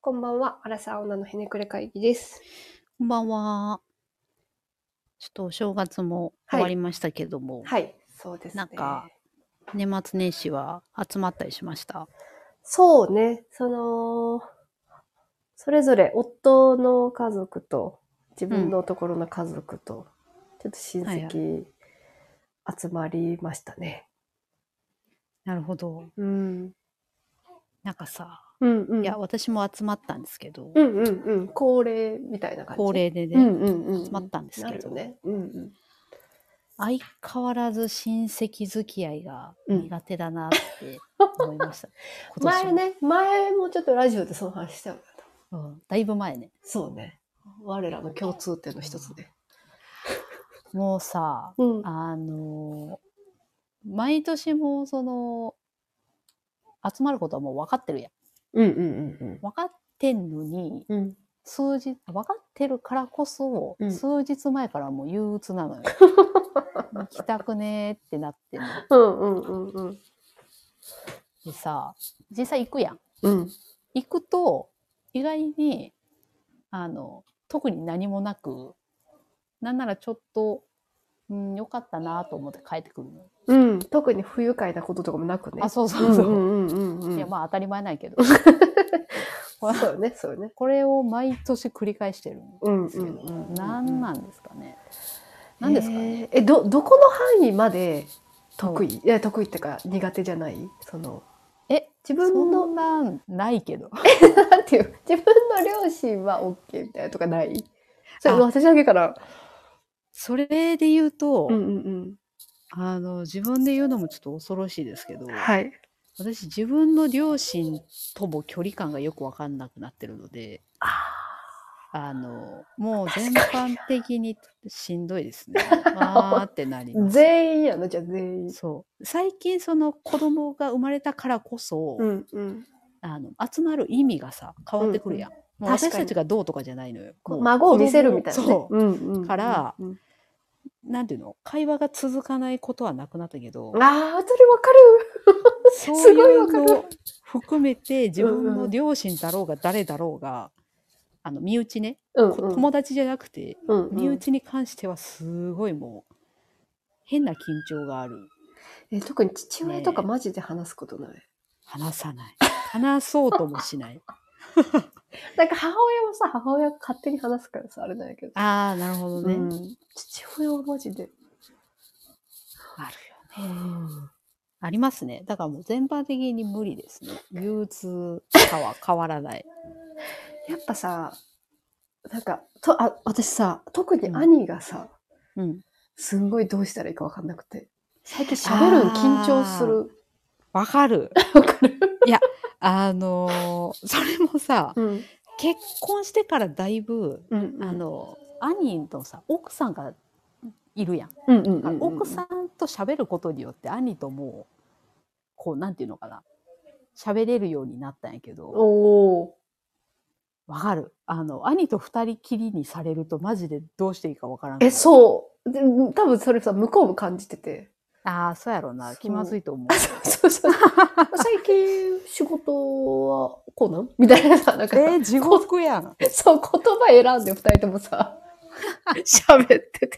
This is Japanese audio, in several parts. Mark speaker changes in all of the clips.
Speaker 1: こんばんは、アラサー女のひねくれ会議です。
Speaker 2: こんばんは。ちょっとお正月も終わりましたけども、
Speaker 1: はい、そうですね。
Speaker 2: なんか年末年始は集まったりしました。
Speaker 1: そうね、その、それぞれ夫の家族と、自分のところの家族と、ちょっと親
Speaker 2: はいは
Speaker 1: 戚集まりましたね。
Speaker 2: なるほど。
Speaker 1: うん。
Speaker 2: なんかさ、
Speaker 1: うんうん。
Speaker 2: いや、私も集まったんですけど、
Speaker 1: うんうんうん。恒例みたいな感じ。
Speaker 2: 恒例で
Speaker 1: で、うん
Speaker 2: ね、
Speaker 1: うんうん、
Speaker 2: 集まったんです
Speaker 1: な
Speaker 2: け
Speaker 1: るよ
Speaker 2: ど、
Speaker 1: ね。うんうん。
Speaker 2: 相変わらず親戚付き合いが
Speaker 1: うん
Speaker 2: 苦手だなって 思いました。今年も
Speaker 1: 前、ね、前もちょっとラジオでその話したよね。
Speaker 2: うんだいぶ前ね。
Speaker 1: そうね。我らの共通点の一つで。
Speaker 2: もうさ、
Speaker 1: うん
Speaker 2: あのー毎年もその、集まることはもう分かってるやん。
Speaker 1: うんうん
Speaker 2: 分かってんのに
Speaker 1: うんうん。
Speaker 2: 数日分かってるからこそ、
Speaker 1: うん
Speaker 2: 数日前からもう憂鬱なの よ行きたくねーってなってんの
Speaker 1: うんうんうんうん。
Speaker 2: でさ実際行くやん
Speaker 1: うん。
Speaker 2: 行くと意外にあの特に何もなくなんならちょっと、うん、よかったなと思って帰ってくるの、
Speaker 1: うん。特に不愉快なこととかもなくね。
Speaker 2: あそうそうそう、
Speaker 1: うんうんうんうん。
Speaker 2: いやまあ当たり前ないけど
Speaker 1: あ、そうよね、そうよね。
Speaker 2: これを毎年繰り返してるん
Speaker 1: うん
Speaker 2: ですけど、
Speaker 1: うん。
Speaker 2: 何なんですかね何ですかね、
Speaker 1: へーえ、ど、どこの範囲まで得意いや、得意ってか苦手じゃないその、
Speaker 2: え
Speaker 1: 自
Speaker 2: そ
Speaker 1: 分の、
Speaker 2: んなんないけど。
Speaker 1: なんていう、自分の両親は OK みたいなとかないそれ
Speaker 2: あ
Speaker 1: 私だけから。
Speaker 2: それで言うと、
Speaker 1: うんうん
Speaker 2: あの自分で言うのもちょっと恐ろしいですけど、
Speaker 1: うん。はい。
Speaker 2: 私自分の両親とも距離感がよく分かんなくなってるのであのもう全般的にしんどいですね。わーってなります。
Speaker 1: 全員やな、じゃあ全員。
Speaker 2: そう最近その子供が生まれたからこそ、
Speaker 1: うんうん。
Speaker 2: あの集まる意味がさ変わってくるやん。もう
Speaker 1: 確かに
Speaker 2: 私たちがどうとかじゃないのよ。
Speaker 1: こ
Speaker 2: も
Speaker 1: う
Speaker 2: う
Speaker 1: 孫を見せるみたいなね。
Speaker 2: 子供をそう
Speaker 1: うんうんうん。
Speaker 2: から
Speaker 1: うん
Speaker 2: なんていうの会話が続かないことはなくなったけど、
Speaker 1: ああ、それわかる。
Speaker 2: そうい
Speaker 1: すご
Speaker 2: う
Speaker 1: いわか
Speaker 2: の
Speaker 1: る
Speaker 2: を含めて自分
Speaker 1: うんう
Speaker 2: の
Speaker 1: ん
Speaker 2: 両親だろうが誰だろうがあの身内ね、
Speaker 1: うん
Speaker 2: こ友達じゃなくて
Speaker 1: うんうん
Speaker 2: 身内に関してはすごいもう変な緊張がある
Speaker 1: え特に父親とかマジで話すことない。
Speaker 2: 話さない話そうとも しない
Speaker 1: なんか母親もさ、母親が勝手に話すからさ、あれなんやけど。
Speaker 2: ああなるほどね、
Speaker 1: う
Speaker 2: あるよ
Speaker 1: ん父親はマジで。
Speaker 2: ありますねだからもう全般的に無理ですね憂鬱さは変わらない
Speaker 1: やっぱさ、なんか、とあ私さ、特に兄がさ、
Speaker 2: うん
Speaker 1: すんごいどうしたらいいかわかんなくて。最近喋るの緊張する。
Speaker 2: わかる
Speaker 1: わかる。
Speaker 2: あの ーそれもさ
Speaker 1: うん。
Speaker 2: 結婚してからだいぶ
Speaker 1: うん、
Speaker 2: あ、の兄とさ奥さんがいるやん、
Speaker 1: うんうんうん、
Speaker 2: 奥さんと喋ることによって兄ともうこうなんていうのかな喋れるようになったんやけど
Speaker 1: おお。
Speaker 2: わかるあの兄と二人きりにされるとマジでどうしていいかわからん
Speaker 1: え、そう。で多分それさ、向こうも感じてて。
Speaker 2: うああそうやろな
Speaker 1: そう
Speaker 2: 気まずいと思う
Speaker 1: そう そうそう。最近仕事はこうなんみたいなさ、なんかさ、
Speaker 2: えー、地獄やん
Speaker 1: そう言葉選んで二人とも さ、喋ってて。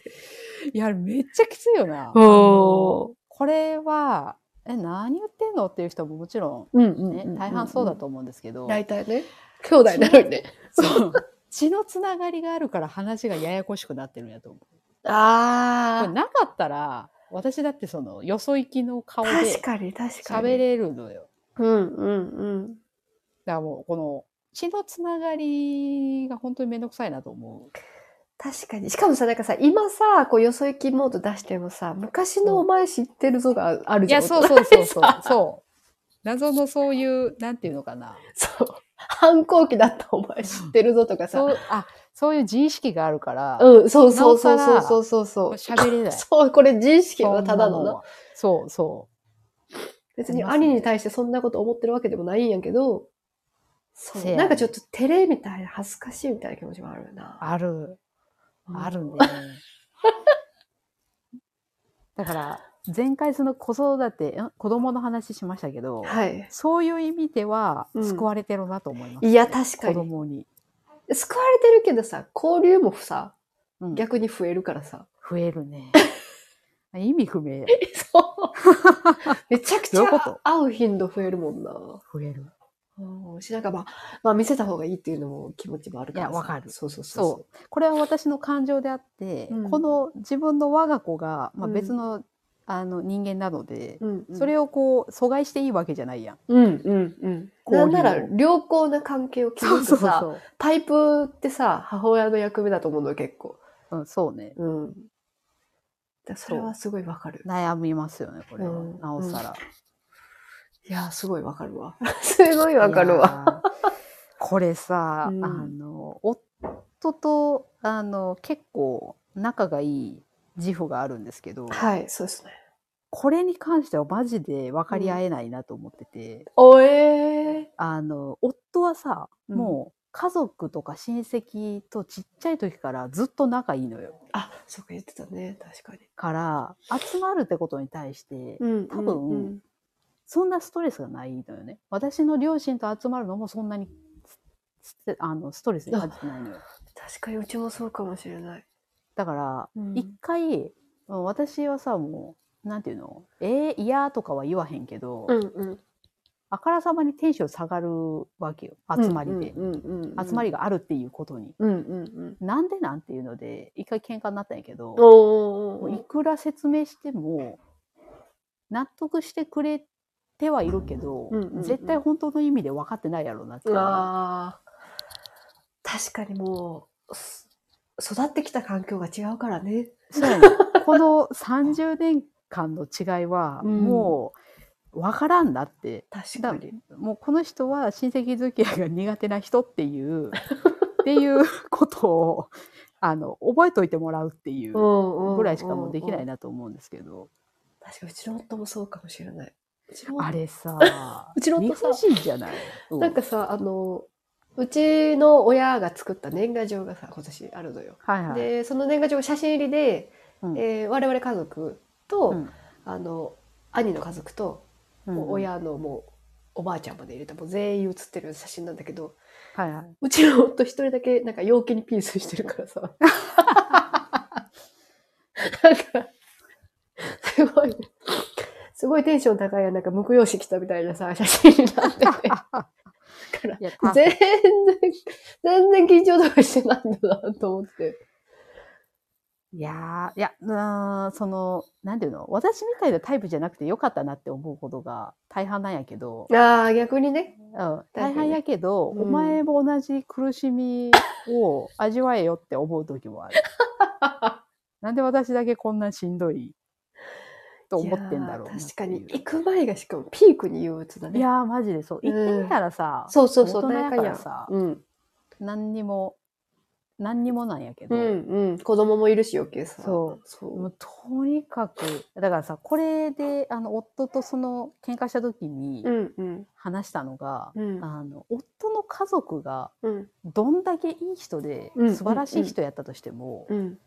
Speaker 2: いやめっちゃきついよなあ
Speaker 1: おー
Speaker 2: のこれはえ何言ってんのっていう人ももちろ
Speaker 1: うんうん
Speaker 2: ん、ね大半そうだ。と思うんですけど、
Speaker 1: 大体ね。兄弟なのにね。
Speaker 2: そう。 血のつながりがあるから話がややこしくなってるんやと思う。これ
Speaker 1: ああ。
Speaker 2: なかったら、私だってその、よそ行きの顔で
Speaker 1: 確かに確かに。
Speaker 2: 喋れるのよ。
Speaker 1: うんうん
Speaker 2: だからもう、この、血のつながりが本当にめんどくさいなと思う。
Speaker 1: 確かに。しかもさ、なんかさ、今さ、こう、よそ行きモード出してもさ、昔のお前知ってるぞがある
Speaker 2: い
Speaker 1: じゃん。
Speaker 2: や、そうそうそうそう。 そう。謎のそういう、なんていうのかな。
Speaker 1: そう。反抗期だったお前知ってるぞとかさ。
Speaker 2: そう、あ、そういう自意識があるから、
Speaker 1: うん、そうそうそう
Speaker 2: なおさら
Speaker 1: そうそうそう。そう
Speaker 2: 喋れない。
Speaker 1: そう、これ自意識はただ
Speaker 2: そ
Speaker 1: の
Speaker 2: んなもん
Speaker 1: な。
Speaker 2: は。そうそ
Speaker 1: 別に
Speaker 2: ありますね
Speaker 1: 兄に対してそんなこと思ってるわけでもないんやけど、そ
Speaker 2: せ
Speaker 1: う。
Speaker 2: やね
Speaker 1: なんかちょっと照れみたいな、恥ずかしいみたいな気持ちもあるよ
Speaker 2: う。
Speaker 1: な。
Speaker 2: ある。あるん
Speaker 1: ね。
Speaker 2: だよね。だから、前回その子育てん子供の話しましたけど、
Speaker 1: はい。
Speaker 2: そういう意味では
Speaker 1: うん
Speaker 2: 救われてるなと思います、
Speaker 1: いや、確か
Speaker 2: 子
Speaker 1: に。
Speaker 2: 供に、
Speaker 1: 救われてるけどさ、交流もさ、
Speaker 2: うん
Speaker 1: 逆に増えるから さ。
Speaker 2: 増え るね意味不明
Speaker 1: そう。めちゃくち
Speaker 2: どういうこ
Speaker 1: ゃ
Speaker 2: と
Speaker 1: 会う頻度増えるもんな。
Speaker 2: 増える
Speaker 1: うん、し、なんかまあ、まあ見せた方がいいっていうのも気持ちもあるからさ。
Speaker 2: いやわかる
Speaker 1: そうそうそう
Speaker 2: そうこれは私の感情であって、
Speaker 1: うん
Speaker 2: この自分の我が子が、まあ、
Speaker 1: うん
Speaker 2: 別の,、あの人間なので、
Speaker 1: う。うん、うん。
Speaker 2: それをこう阻害していいわけじゃないやん。
Speaker 1: うんうんうん。な
Speaker 2: 交流を
Speaker 1: んなら良好な関係を築くとさ、
Speaker 2: う
Speaker 1: パイプってさ、母親の役目だと思うのよ結構。
Speaker 2: そう、うん、そうね
Speaker 1: うん。だそれはすごいわかる。
Speaker 2: 悩みますよねこれは、
Speaker 1: うん
Speaker 2: なおさら。
Speaker 1: いやー、すごいわかるわ。 すごいわかるわ。
Speaker 2: わ。これさ、
Speaker 1: うん
Speaker 2: あの夫とあの結構仲がいい自負があるんですけど、
Speaker 1: はい、そうですね。
Speaker 2: これに関してはマジで分かり合えないなと思ってて、
Speaker 1: おえ
Speaker 2: あの夫はさ
Speaker 1: うん
Speaker 2: もう家族とか親戚とちっちゃい時からずっと仲いいのよ。
Speaker 1: ー。あ、そうか言ってたね。確かに。
Speaker 2: から集まるってことに対して
Speaker 1: うん
Speaker 2: 多分
Speaker 1: うん
Speaker 2: そんなストレスがないのよね。私の両親と集まるのもそんなにススあのストレスに感じてないのよ。
Speaker 1: 確かにうちもそうかもしれない。
Speaker 2: だから
Speaker 1: うん
Speaker 2: 一回うん私はさもうなんていうの「えー、いや」とかは言わへんけど、
Speaker 1: うんうん。
Speaker 2: あからさまにテンション下がるわけよ集まりで、
Speaker 1: うんうんうん、
Speaker 2: 集まり
Speaker 1: が。
Speaker 2: があるっていうことに。
Speaker 1: うんうんうん。
Speaker 2: なんでなんていうので一回喧嘩になったんやけど、
Speaker 1: おーお
Speaker 2: もう
Speaker 1: ー
Speaker 2: い
Speaker 1: おー
Speaker 2: くら説明しても納得してくれてはいるけど、
Speaker 1: うんうんうん
Speaker 2: 絶対本当の意味で分かってないやろうなっていうのが
Speaker 1: あー確かにもう、す育ってきた環境が違うからね。
Speaker 2: そうやねこの30年間の違いは
Speaker 1: うん
Speaker 2: もう分からんなって、
Speaker 1: 確かに。
Speaker 2: もうこの人は親戚付き合いが苦手な人ってい うっていうことをあの覚えといてもらうっていうぐ
Speaker 1: ぐ
Speaker 2: らいしかもうできない
Speaker 1: な。
Speaker 2: なと思うんですけど、
Speaker 1: 確かにうちの夫もそうかもしれない。うちの夫
Speaker 2: あれさ
Speaker 1: うちの
Speaker 2: 理
Speaker 1: 夫さ
Speaker 2: 不尽じゃない、う
Speaker 1: なんかさ、あの、うちの親が作った年賀状がさ、今年あるのよ。
Speaker 2: はいはい、
Speaker 1: で、その年賀状が写真入りで、
Speaker 2: うん
Speaker 1: えー我々家族と、
Speaker 2: うん
Speaker 1: あの、兄の家族と、
Speaker 2: うんうん
Speaker 1: 親のもう、おばあちゃんまで入れた、もう全員写ってる写真なんだけど、
Speaker 2: はいはい。
Speaker 1: うちの夫一人だけなんか陽気にピースしてるからさ。なんか、すごいね、すごいテンション高い、なんか婿養子来たみたいなさ、写真になってて。だから、
Speaker 2: いや、た
Speaker 1: 全然、全然緊張とかしてないんだなと思って。
Speaker 2: いやー、いや、うーんその、なんていうの、私みたいなタイプじゃなくてよかったなって思うことが大半なんやけど、
Speaker 1: ああ、逆にね。
Speaker 2: うん、
Speaker 1: かに
Speaker 2: 大半やけど、
Speaker 1: うん
Speaker 2: お前も同じ苦しみを味わえよって思う時もあ る。なんで私だけこんなしんどいと思ってんだろう
Speaker 1: い
Speaker 2: な
Speaker 1: やー
Speaker 2: っていう
Speaker 1: 確かに、行く前がしかもピークに憂鬱だね。
Speaker 2: いやー、マジでそう。
Speaker 1: うん
Speaker 2: 行ってみたらさ、
Speaker 1: そうそうそう、
Speaker 2: 大人やか
Speaker 1: なん
Speaker 2: ら
Speaker 1: や
Speaker 2: さ、
Speaker 1: うん。
Speaker 2: 何にも、何にもなんやけど、
Speaker 1: うんうん。子供もいるし余計さ。。
Speaker 2: そう
Speaker 1: そ
Speaker 2: も
Speaker 1: う。
Speaker 2: うとにかくだからさこれであの夫とその喧嘩した時に
Speaker 1: うんうん。
Speaker 2: 話したのが、
Speaker 1: うん
Speaker 2: あの夫の家族が
Speaker 1: うん。
Speaker 2: どんだけいい人で
Speaker 1: うん
Speaker 2: 素晴らしい人やったとしても、
Speaker 1: うん。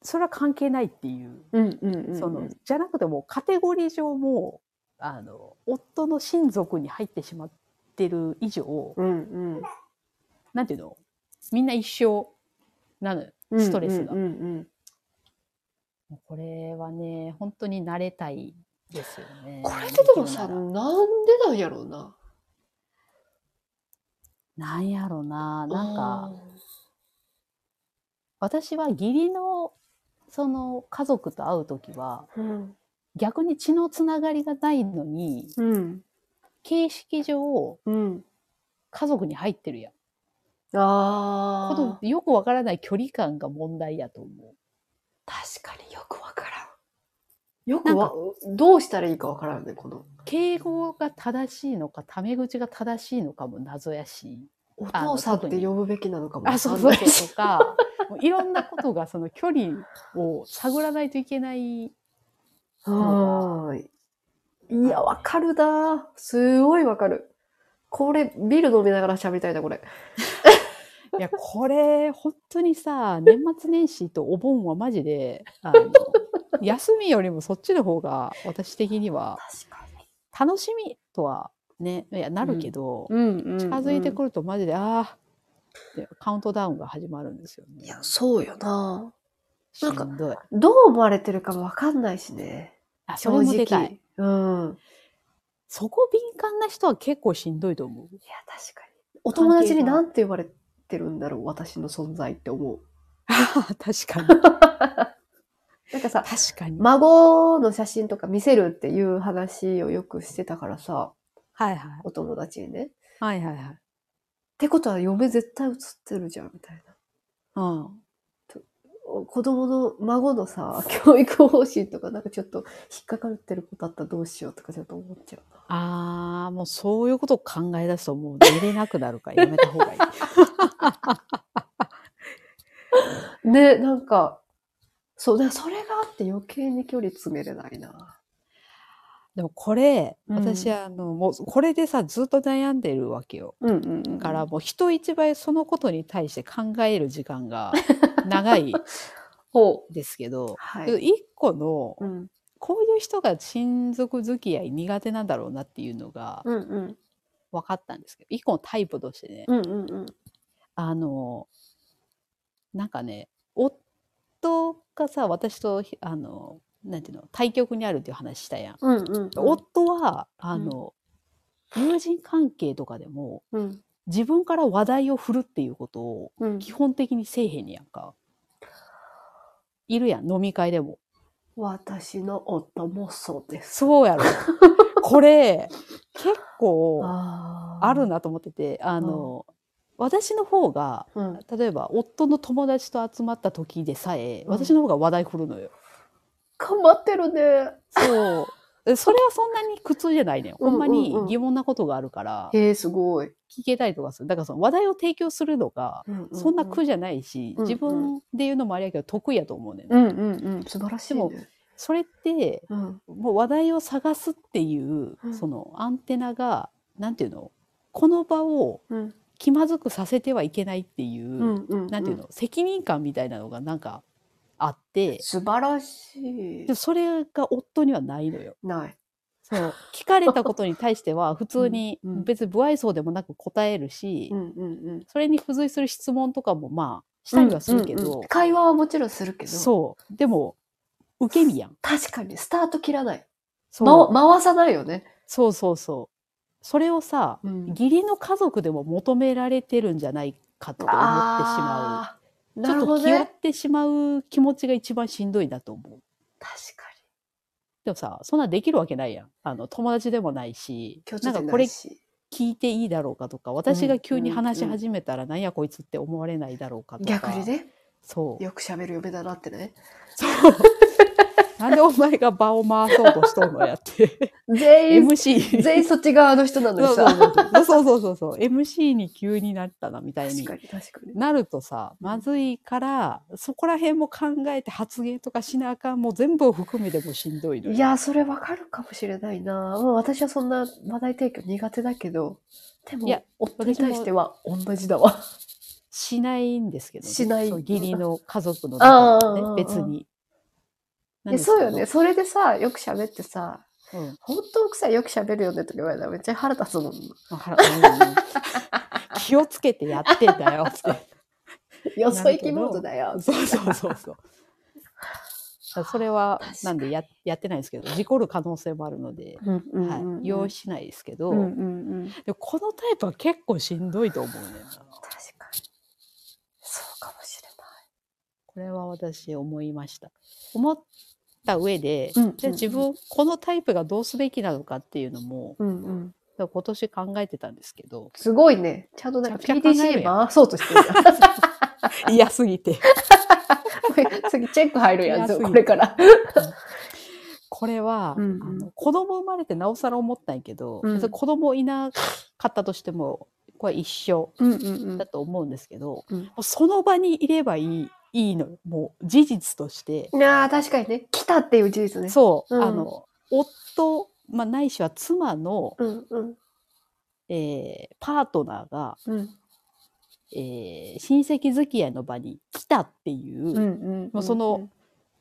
Speaker 2: それは関係ないっていう、
Speaker 1: うんうんうんうん。
Speaker 2: そのじゃなくてもうカテゴリー上もあの夫の親族に入ってしまってる以上、
Speaker 1: うんうん。
Speaker 2: なんていうのみんな一緒なのよストレスが
Speaker 1: うんうん
Speaker 2: もうこれはね本当に慣れたいですよ
Speaker 1: う
Speaker 2: ね
Speaker 1: ん。これってでも
Speaker 2: き
Speaker 1: さ、
Speaker 2: るなら
Speaker 1: なんでなんやろうな。
Speaker 2: なんやろな、なんか、私は義理の、その家族と会うときは、
Speaker 1: うん。
Speaker 2: 逆に血のつながりがないのに、
Speaker 1: うん。
Speaker 2: 形式上、
Speaker 1: うん。
Speaker 2: 家族に入ってるやん。こ
Speaker 1: あ
Speaker 2: の
Speaker 1: あ。
Speaker 2: よくわからない距離感が問題やと思
Speaker 1: 確かによくわからん。よくわ、どうしたらいいかわからんね、この。
Speaker 2: う。敬語が正しいのか、タメ口が正しいのかも謎やし、
Speaker 1: お父さんって呼ぶべきなのかもわかんな
Speaker 2: あ、
Speaker 1: いし。
Speaker 2: そうそうそうとか、もういろんなことがその距離を探らないといけない。
Speaker 1: はーい。いや、わかるなすごいわかる。これ、ビール飲みながら喋りたいな、これ。
Speaker 2: いや、これ、本当にさ、年末年始とお盆はマジで、あの休みよりもそっちの方が私的には
Speaker 1: 確かに。
Speaker 2: 楽しみとはねいやなるけど、
Speaker 1: うん、
Speaker 2: 近づいてくるとマジで、ああってカウントダウンが始まるんですよね。
Speaker 1: いや、そうよな。
Speaker 2: し
Speaker 1: なんか
Speaker 2: んどい。
Speaker 1: どう思われてるかもわかんないしね。
Speaker 2: あそ
Speaker 1: 正
Speaker 2: れもで
Speaker 1: 直。
Speaker 2: かい。
Speaker 1: うん。
Speaker 2: そこ敏感な人は結構しんどいと思う。
Speaker 1: いや、確かに。お友達に
Speaker 2: 関係が
Speaker 1: 何て言われてるんだろう、私の存在って思う。
Speaker 2: 確かに。
Speaker 1: なんかさ、
Speaker 2: 確かに。
Speaker 1: 孫の写真とか見せるっていう話をよくしてたからさ、
Speaker 2: はいはい。
Speaker 1: お友達にね。っ
Speaker 2: はいはいはい。
Speaker 1: てことは嫁絶対写ってるじゃん、みたいな。
Speaker 2: うん。
Speaker 1: お子供の、孫のさ、教育方針とかなんかちょっと引っかかってることあったらどうしようとかちょっと思っちゃうな。
Speaker 2: ああ、もうそういうことを考え出すともう寝れなくなる からやめた方がいい。
Speaker 1: ね、なんか、そう、だからそれがあって余計に距離詰めれないな。
Speaker 2: でもこれ、
Speaker 1: うん
Speaker 2: 私あの、もうこれでさ、ずっと悩んでるわけよ。
Speaker 1: うんうんうん。
Speaker 2: だから、もう人一倍そのことに対して考える時間 が長い
Speaker 1: ほう。
Speaker 2: ですけど、
Speaker 1: はい。
Speaker 2: 一個の、
Speaker 1: うん。
Speaker 2: こういう人が親族付き合い苦手なんだろうなっていうのが
Speaker 1: うんうん。
Speaker 2: 分かったんですけど、一個のタイプとしてね、
Speaker 1: うんうんうん。
Speaker 2: あの、なんかね、夫がさ、私とひ、あの、なんていうの、対局にあるっていう話したやん。
Speaker 1: うんうんうん。
Speaker 2: 夫は、あの、友人関係とかでも、
Speaker 1: うん
Speaker 2: 自分から話題を振るっていうことを
Speaker 1: うん。
Speaker 2: 基本的にせえへんねやんか。いるやん、飲み会でも。
Speaker 1: 私の夫もそうです。
Speaker 2: そ うやろ。これ、結構
Speaker 1: あ
Speaker 2: ある。なと思ってて、あの、私の方が、
Speaker 1: うん。
Speaker 2: 例えば夫の友達と集まった時でさえ、
Speaker 1: うん
Speaker 2: 私の方が話題振るのよ。
Speaker 1: 頑張ってるね。
Speaker 2: そう。えそれはそんなに苦痛じゃないねん。ほんま
Speaker 1: う
Speaker 2: に
Speaker 1: んうんうん
Speaker 2: 疑問なことがあるから、
Speaker 1: へえ、すごい。
Speaker 2: 聞けたりとかする。だからその話題を提供するのが、そんな苦じゃないし、
Speaker 1: うんうん
Speaker 2: 自分で言うのもあれやけど得意やと思うねん。
Speaker 1: うんうんうん。素晴らしいね。
Speaker 2: それって、
Speaker 1: うん。
Speaker 2: もう話題を探すっていう、
Speaker 1: うん
Speaker 2: そのアンテナが、なんていうのこの場を
Speaker 1: うん
Speaker 2: 気まずくさせてはいけないってい
Speaker 1: う
Speaker 2: う、
Speaker 1: んうん。
Speaker 2: なんていうの、責任感みたいなのがなんかあって、
Speaker 1: 素晴らしい
Speaker 2: で。それが夫にはな いのよ。
Speaker 1: ない。
Speaker 2: そう聞かれたことに対しては普通に
Speaker 1: うんうん
Speaker 2: 別に不愛想でもなく答えるし、
Speaker 1: うんうんうん。
Speaker 2: それに付随する質問とかもまあしたりはするけど、
Speaker 1: うんうんうん会話はもちろんするけど。う。
Speaker 2: そうでも受け身やん
Speaker 1: 確かに、スタート切らない。
Speaker 2: そう,、
Speaker 1: ま、回さないよね。
Speaker 2: そうそうそうそれをさ、
Speaker 1: うん
Speaker 2: 義理の家族でも求められてるんじゃないかとか思ってしまう。
Speaker 1: あーなる
Speaker 2: ちょ
Speaker 1: ほ
Speaker 2: っと
Speaker 1: ど
Speaker 2: 気負っ
Speaker 1: ね。
Speaker 2: てしまう気持ちが一番しんどいなと思う。
Speaker 1: 確かに。
Speaker 2: でもさ、そんなんできるわけないやん。あの、友達でもないし、
Speaker 1: 共
Speaker 2: な
Speaker 1: 通
Speaker 2: んか
Speaker 1: 点
Speaker 2: こ
Speaker 1: な
Speaker 2: れ
Speaker 1: いし。
Speaker 2: 聞いていいだろうかとか、私が急に話し始めたら、なんやこいつって思われないだろうかとか。
Speaker 1: 逆に。ね、
Speaker 2: そう。
Speaker 1: よく喋る嫁だなってね。
Speaker 2: そう。なんでお前が場を回そうとしとんの やって。
Speaker 1: 全員
Speaker 2: MC。
Speaker 1: 全員そっち側の人なの
Speaker 2: そ
Speaker 1: に
Speaker 2: うそう
Speaker 1: さ。
Speaker 2: そうそうそうそうそう。MC に急になったな、みたい
Speaker 1: 確
Speaker 2: に
Speaker 1: か。に確かに。
Speaker 2: なるとさ、まずいから、そこら辺も考えて発言とかしなあかん、もう全部を含めてもしんどいのよ
Speaker 1: いや、それわかるかもしれないな。もう私はそんな話題提供苦手だけど、でも、
Speaker 2: いや
Speaker 1: 夫に対しては同じだわ。
Speaker 2: しないんですけどね、
Speaker 1: しない
Speaker 2: そう義理の家族の中
Speaker 1: あーあーあ
Speaker 2: の
Speaker 1: ー
Speaker 2: ね、別に。なん
Speaker 1: え
Speaker 2: ですけど
Speaker 1: そうよね。。それでさ、よく喋ってさ、
Speaker 2: うん
Speaker 1: 本当奥さんよく喋るよねとか言われたらめっちゃ腹立つもん。
Speaker 2: わからうんうん気をつけてやってん だよって。
Speaker 1: よそ行きモードだよ。
Speaker 2: そうそうそうそう。それは
Speaker 1: 確かに、
Speaker 2: なんでややってないんですけど、事故る可能性もあるので、
Speaker 1: うんうんうんうん
Speaker 2: はい、用意しないですけど、
Speaker 1: うんうんうん。
Speaker 2: でもこのタイプは結構しんどいと思うねんな。
Speaker 1: 確かに。そうかもし
Speaker 2: これは私思いました。思った上で、
Speaker 1: うん
Speaker 2: じゃあ
Speaker 1: うん
Speaker 2: 自分、このタイプがどうすべきなのかっていうのも、
Speaker 1: れない。うんうん。、
Speaker 2: 今年考えてたんですけど
Speaker 1: すごいね。ちゃんとなんか
Speaker 2: ちゃんと考える
Speaker 1: PDCA
Speaker 2: やん
Speaker 1: 回そうとしてるやん
Speaker 2: 嫌すぎて。
Speaker 1: 次チェック入るや
Speaker 2: 安い
Speaker 1: ん、これから。
Speaker 2: これは、
Speaker 1: うんうん
Speaker 2: あの子供生まれてなおさら思ったんやけど、
Speaker 1: うん
Speaker 2: 別に子供いなかったとしても、これ一緒
Speaker 1: うんうん
Speaker 2: だと思うんですけど、
Speaker 1: うん
Speaker 2: もうその場にいればいい、いいのよ。もう事実として。
Speaker 1: うん。ああ、確かにね。来たっていう事実ね。
Speaker 2: そう、
Speaker 1: うん
Speaker 2: あの、夫、まあ、ないしは妻の、
Speaker 1: うんうん
Speaker 2: えーパートナーが、
Speaker 1: うん。
Speaker 2: えー親戚付き合いの場に来たっていう、
Speaker 1: んうん
Speaker 2: もうその、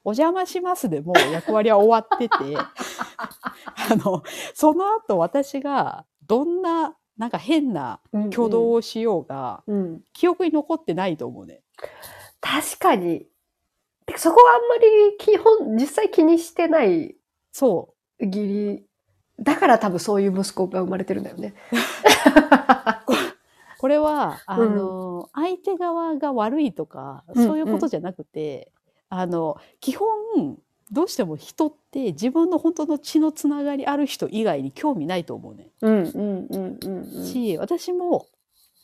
Speaker 2: お邪魔しますでもう役割は終わっ てて、あの、その後私がどんな、なんか変な挙動をしようが、
Speaker 1: うんうん、
Speaker 2: 記憶に残ってないと思うね。
Speaker 1: 確かに。てかそこはあんまり基本、実際気にしてない
Speaker 2: そ
Speaker 1: 義理。だから多分そういう息子が生まれてるんだよ ね。
Speaker 2: う。これは、あの、相手側が悪いとか、
Speaker 1: うん
Speaker 2: そういうことじゃなくて、あの、基本、どうしても人って自分の本当の血のつながりある人以外に興味ないと思うね。
Speaker 1: うんうんうんうんうん。
Speaker 2: し、私も、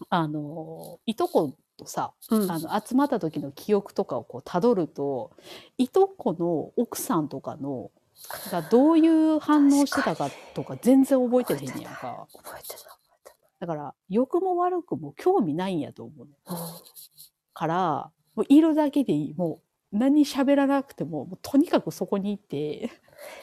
Speaker 2: あの、いとことさ、
Speaker 1: うん
Speaker 2: あの集まった時の記憶とかをこうたどるといとこの奥さんとかのがどういう反応してたかとか全然覚えてへんねやんか
Speaker 1: 覚えてた
Speaker 2: だから欲も悪くも興味ないんやと思う
Speaker 1: 覚
Speaker 2: からもういるだけでいいもう何喋らなくてももうとにかくそこにいて
Speaker 1: えて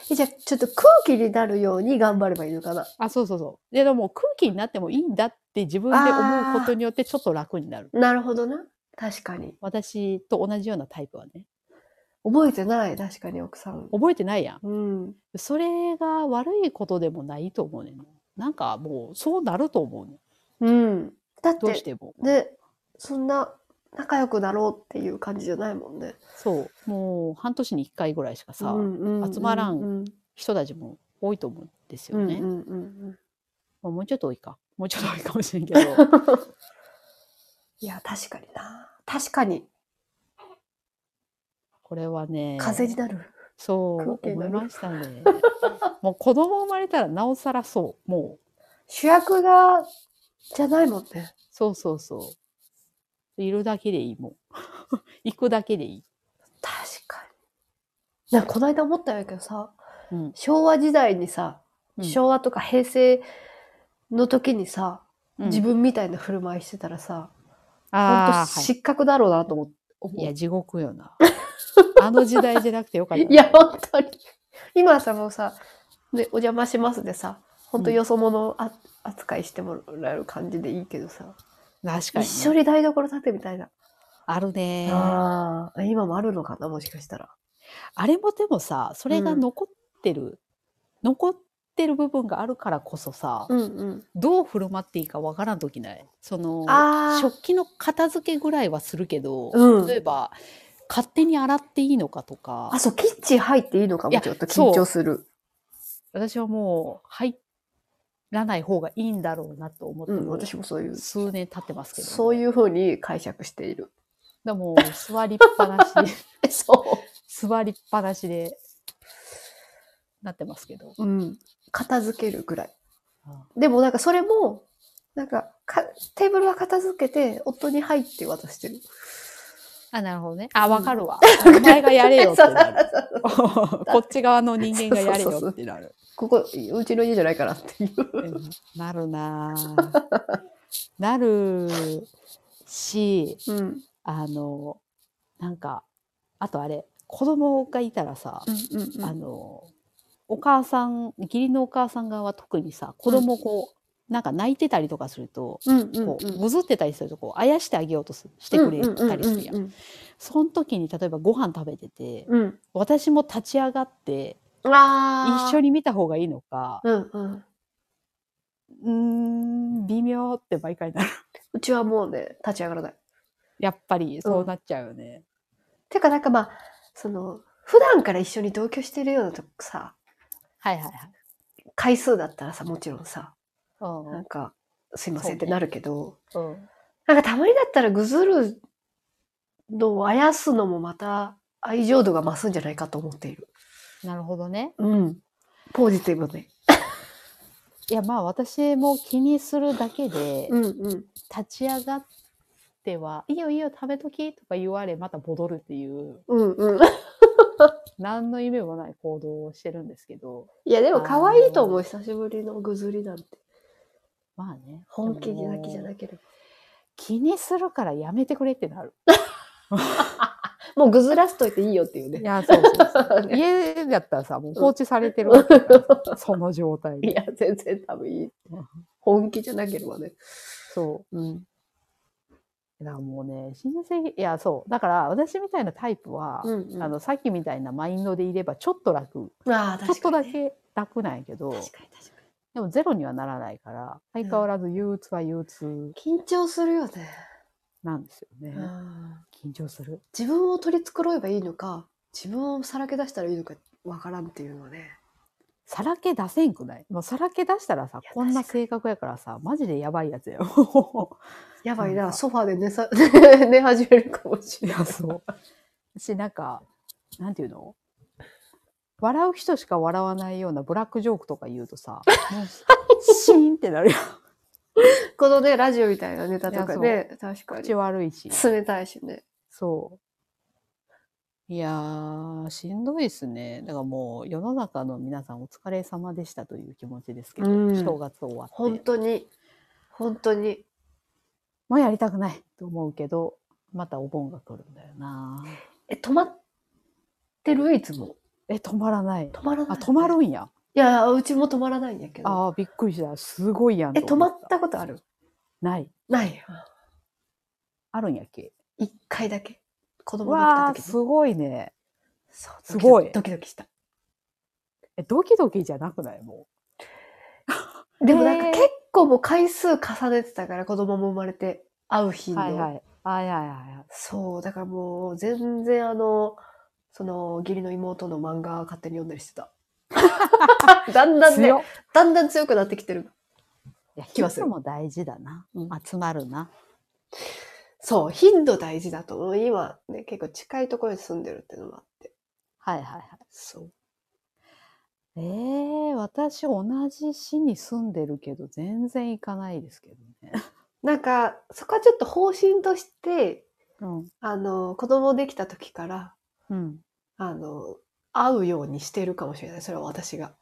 Speaker 1: た。じゃあちょっと空気になるように頑張ればいいのかな。
Speaker 2: あそうそうそうででも空気になってもいいんだって自分で思うことによってちょっと楽になる
Speaker 1: なるほどな。確かに。
Speaker 2: 私と同じようなタイプはね
Speaker 1: 覚えてない。確かに奥さん。
Speaker 2: 覚えてないやん
Speaker 1: うん。
Speaker 2: それが悪いことでもないと思うねんな。なんかもうそうなると思うねん。
Speaker 1: うん。だっ、
Speaker 2: どうしてても。
Speaker 1: ね、そんな仲良くなろうっていう感じじゃないもんね。
Speaker 2: そう。もう半年に1回ぐらいしかさ、
Speaker 1: うんうんうん
Speaker 2: 集まらん
Speaker 1: うん
Speaker 2: 人たちも多いと思うんで
Speaker 1: う
Speaker 2: すよ
Speaker 1: ん
Speaker 2: ね。
Speaker 1: うんうん
Speaker 2: まあもうちょっと多いか。もうちょっと多いかもしれん けど。
Speaker 1: いや、確かにな。確かに、
Speaker 2: これはね、
Speaker 1: 風になる。
Speaker 2: そう
Speaker 1: 空気に
Speaker 2: 思
Speaker 1: ないる
Speaker 2: ましたね。もう子供生まれたらなおさらそう。もう、
Speaker 1: 主役が、じゃないもんね。
Speaker 2: そうそうそう。いるだけでいいもん。 行くだけでいい。
Speaker 1: 確かに。なんかこの間思ったんやけどさ、
Speaker 2: うん。
Speaker 1: 昭和時代にさ、
Speaker 2: うん
Speaker 1: 昭和とか平成の時にさ、
Speaker 2: うん
Speaker 1: 自分みたいな振る舞いしてたらさ、本
Speaker 2: あ
Speaker 1: 当
Speaker 2: あ、はい
Speaker 1: 失格だろうなと思って。
Speaker 2: いや、地獄 よな。あの時代じゃなくてよかった。
Speaker 1: いや、本当に。今さ、もうさ、ね、お邪魔しますでさ、本当よそ者あ扱いしてもらえる感じでいいけどさ、
Speaker 2: 確かにね、
Speaker 1: 一緒に台所立てみたいな。
Speaker 2: あるねあ。
Speaker 1: ああ、今もあるのかな、もしかしたら。
Speaker 2: れもでもさ、それが残ってる、残ってる部分があるからこそさ、
Speaker 1: うんうん。
Speaker 2: どう振る舞っていいかわからんときない。その、
Speaker 1: あー
Speaker 2: 食器の片付けぐらいはするけど、
Speaker 1: うん
Speaker 2: 例えば、勝手に洗っていいのかとか
Speaker 1: あ、、そう、キッチン入っていいのか
Speaker 2: い
Speaker 1: も、
Speaker 2: や
Speaker 1: ちょっと緊張する。
Speaker 2: 私はもう入らない方がいいんだろうなと思って
Speaker 1: うん、
Speaker 2: も、
Speaker 1: 私もそういう、
Speaker 2: 数年経ってますけど、
Speaker 1: そういうふうに解釈している。
Speaker 2: でもう座りっぱなしで
Speaker 1: え、そ
Speaker 2: 座りっぱなしでなってますけど。
Speaker 1: う。うん。片付けるぐらい。
Speaker 2: あ
Speaker 1: でもなんかそれも、なんかか、テーブルは片付けて、夫に入って渡してる。
Speaker 2: あ、なるほどね。あ、わか るわ。お前がやれよってなる。 こっち側の人間がやれよってなる。
Speaker 1: ここ、うちの家じゃないからっていう。
Speaker 2: うんなるなぁ。なるし、
Speaker 1: うん。
Speaker 2: あの、なんか、あとあれ、子供がいたらさ、
Speaker 1: うん
Speaker 2: あの、お母さん、義理のお母さん側は特にさ、子供こう、なんか泣いてたりとかすると、
Speaker 1: うんうん
Speaker 2: こう、ぐずってたりすると、こう、あやしてあげようとすしてくれたりするやん。
Speaker 1: うん
Speaker 2: その時に、例えばご飯食べてて、
Speaker 1: うんうん
Speaker 2: 私も立ち上がって、
Speaker 1: うん。ああ。
Speaker 2: 一緒に見た方がいいのか、
Speaker 1: うんうん。
Speaker 2: うーん、微妙って毎回なる。
Speaker 1: うちはもうね、立ち上がらない。
Speaker 2: やっぱりそうなっちゃうよね。
Speaker 1: てか、なんかまあ、その、普段から一緒に同居してるようなとこさ、
Speaker 2: はいはいはい。
Speaker 1: 回数だったらさ、もちろんさ、
Speaker 2: うん
Speaker 1: なんか、すいませんっ
Speaker 2: そ
Speaker 1: て
Speaker 2: うね
Speaker 1: なるけど、
Speaker 2: うん
Speaker 1: なんかたまにだったらぐずるのをあやすのもまた愛情度が増すんじゃないかと思っている。
Speaker 2: なるほどね。
Speaker 1: うん。ポジティブで。
Speaker 2: いやまあ私も気にするだけで、
Speaker 1: んうん。
Speaker 2: 立ち上がっては、いいよいいよ食べときとか言われ、また戻るっていう、
Speaker 1: うん うん。
Speaker 2: 何の夢もない行動をしてるんですけど、
Speaker 1: いや、でも可愛いと思う、久しぶりのぐずりなんて。
Speaker 2: まあね。
Speaker 1: 本気で泣きじゃなければ。
Speaker 2: 気にするからやめてくれってなる。
Speaker 1: もうぐずらすといていいよっていう
Speaker 2: い
Speaker 1: ね。
Speaker 2: や、そうそうそう。
Speaker 1: ね
Speaker 2: 家だったらさ、もう放置されてるわけだ から、その状態
Speaker 1: い
Speaker 2: で。
Speaker 1: や、全然多分いい
Speaker 2: うん。
Speaker 1: 本気じゃなければね。
Speaker 2: そ
Speaker 1: うん。
Speaker 2: う。だからもうね、親戚、いや、そう。だから、私みたいなタイプは、
Speaker 1: うんうん
Speaker 2: あの、さっきみたいなマインドでいれば、ちょっと楽。
Speaker 1: ああ、
Speaker 2: ちょっ
Speaker 1: 確
Speaker 2: と
Speaker 1: か
Speaker 2: だ
Speaker 1: に、ね。
Speaker 2: け楽なんやけど、
Speaker 1: 確かに確か
Speaker 2: でもゼロにはならないから、相変わらず憂鬱は憂鬱
Speaker 1: に。緊張するよね。
Speaker 2: なんですよね。
Speaker 1: うん
Speaker 2: 緊張する。
Speaker 1: 自分を取り繕えばいいのか、自分をさらけ出したらいいのかわからんっていうのはね。
Speaker 2: さらけ出せんくないもうさらけ出したらさ
Speaker 1: いや、
Speaker 2: こんな
Speaker 1: 確か
Speaker 2: 性格やからさ、マジでやばいやつやよ。
Speaker 1: やばいな、
Speaker 2: なんか
Speaker 1: ソファーで寝さ、 寝始めるかもし
Speaker 2: い
Speaker 1: れない。
Speaker 2: や、そう。し、なんか、なんていうの笑う人しか笑わないようなブラックジョークとか言うとさ、 もうシーンってなるやん。
Speaker 1: このね、ラジオみたいなネタとか
Speaker 2: いや
Speaker 1: ね、確か
Speaker 2: 口
Speaker 1: に。
Speaker 2: 悪いし。
Speaker 1: 冷たいしね。
Speaker 2: そう。いやー、しんどいですね。だからもう、世の中の皆さんお疲れ様でしたという気持ちですけど、
Speaker 1: うん
Speaker 2: 正月終わっ
Speaker 1: 本
Speaker 2: て。
Speaker 1: 当に、本当に。
Speaker 2: もうやりたくないと思うけど、またお盆が来るんだよな
Speaker 1: え、止まってるいつも。
Speaker 2: え、止まらない。
Speaker 1: 止まら
Speaker 2: あ、
Speaker 1: ない。
Speaker 2: 止まるんや。
Speaker 1: いや、うちも止まらないんやけど。
Speaker 2: あー、びっくりした。すごいやん
Speaker 1: え、
Speaker 2: と
Speaker 1: 止ま
Speaker 2: 思
Speaker 1: っ。たことある
Speaker 2: ない。
Speaker 1: ないよ。
Speaker 2: あるんやっけ
Speaker 1: 一回だけ。子供
Speaker 2: わ
Speaker 1: が
Speaker 2: あ
Speaker 1: 来た時
Speaker 2: す
Speaker 1: に。
Speaker 2: ごいね。
Speaker 1: そう
Speaker 2: すごい
Speaker 1: ドキドキドキドキした。
Speaker 2: え、ドキドキじゃなくないも
Speaker 1: でもなんか
Speaker 2: へー
Speaker 1: 結構もう回数重ねてたから、子供も生まれて、会う
Speaker 2: う。
Speaker 1: 頻度。
Speaker 2: はいはい。はいはいはいはい。
Speaker 1: そう、だからもう全然あの、その義理の妹の漫画勝手に読んだりして た。だんだんね
Speaker 2: 強、っ
Speaker 1: だんだん強くなってきてる。
Speaker 2: いや、
Speaker 1: きますよ
Speaker 2: 人も大事だな。集まるな。
Speaker 1: そう、頻度大事だと思う。今ね、結構近いところに住んでるっていうのもあって。
Speaker 2: はいはいはい。
Speaker 1: そう。
Speaker 2: えー、私同じ市に住んでるけど、全然行かないですけどね。
Speaker 1: なんか、そこはちょっと方針として、
Speaker 2: うん。
Speaker 1: あの、子供できた時から、
Speaker 2: うん。
Speaker 1: あの、会うようにしてるかもしれない。それは私が。